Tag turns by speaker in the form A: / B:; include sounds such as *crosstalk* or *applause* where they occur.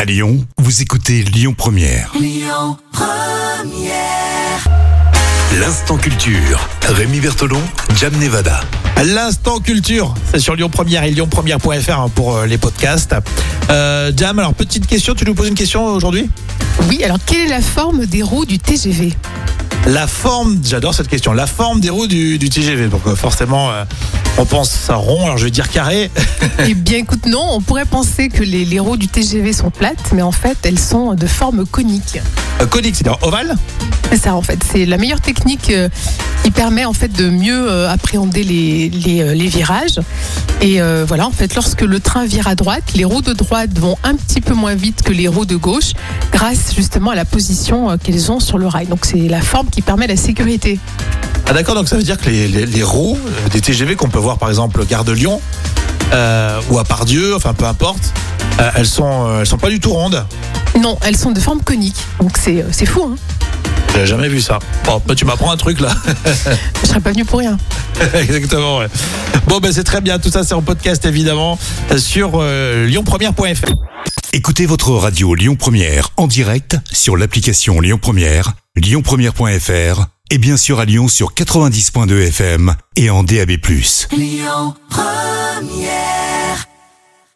A: À Lyon, vous écoutez Lyon Première. L'instant culture. Rémi Bertolon, Jam Nevada.
B: L'instant culture, c'est sur Lyon Première et lyonpremière.fr hein, pour euh, les podcasts. Euh, Jam, alors petite question, tu nous poses une question aujourd'hui
C: Oui, alors quelle est la forme des roues du TGV
B: La forme, j'adore cette question, la forme des roues du, du TGV. Donc euh, forcément, euh, on pense à rond, alors je vais dire carré. *laughs*
C: Eh bien écoute, non, on pourrait penser que les, les roues du TGV sont plates, mais en fait elles sont de forme conique.
B: Euh, conique, c'est-à-dire ovale
C: C'est ça en fait, c'est la meilleure technique euh, qui permet en fait de mieux euh, appréhender les, les, euh, les virages. Et euh, voilà, en fait, lorsque le train vire à droite, les roues de droite vont un petit peu moins vite que les roues de gauche, grâce justement à la position euh, qu'elles ont sur le rail. Donc c'est la forme qui permet la sécurité.
B: Ah d'accord, donc ça veut dire que les, les- les roues euh, des TGV qu'on peut voir par exemple au Gare de Lyon euh, ou à Pardieu, enfin peu importe, euh, elles sont euh, elles sont pas du tout rondes.
C: Non, elles sont de forme conique, donc c'est c'est fou. Hein
B: J'ai jamais vu ça. Bon, bah, tu m'apprends un truc là.
C: Je serais pas venu pour rien.
B: *laughs* Exactement. ouais. Bon ben c'est très bien. Tout ça c'est en podcast évidemment euh, sur euh, lyonpremière.fr.
A: Écoutez votre radio Lyon Première en direct sur l'application Lyon Première, lyonpremière.fr et bien sûr à Lyon sur 90.2 FM et en DAB+.
D: Lyon Première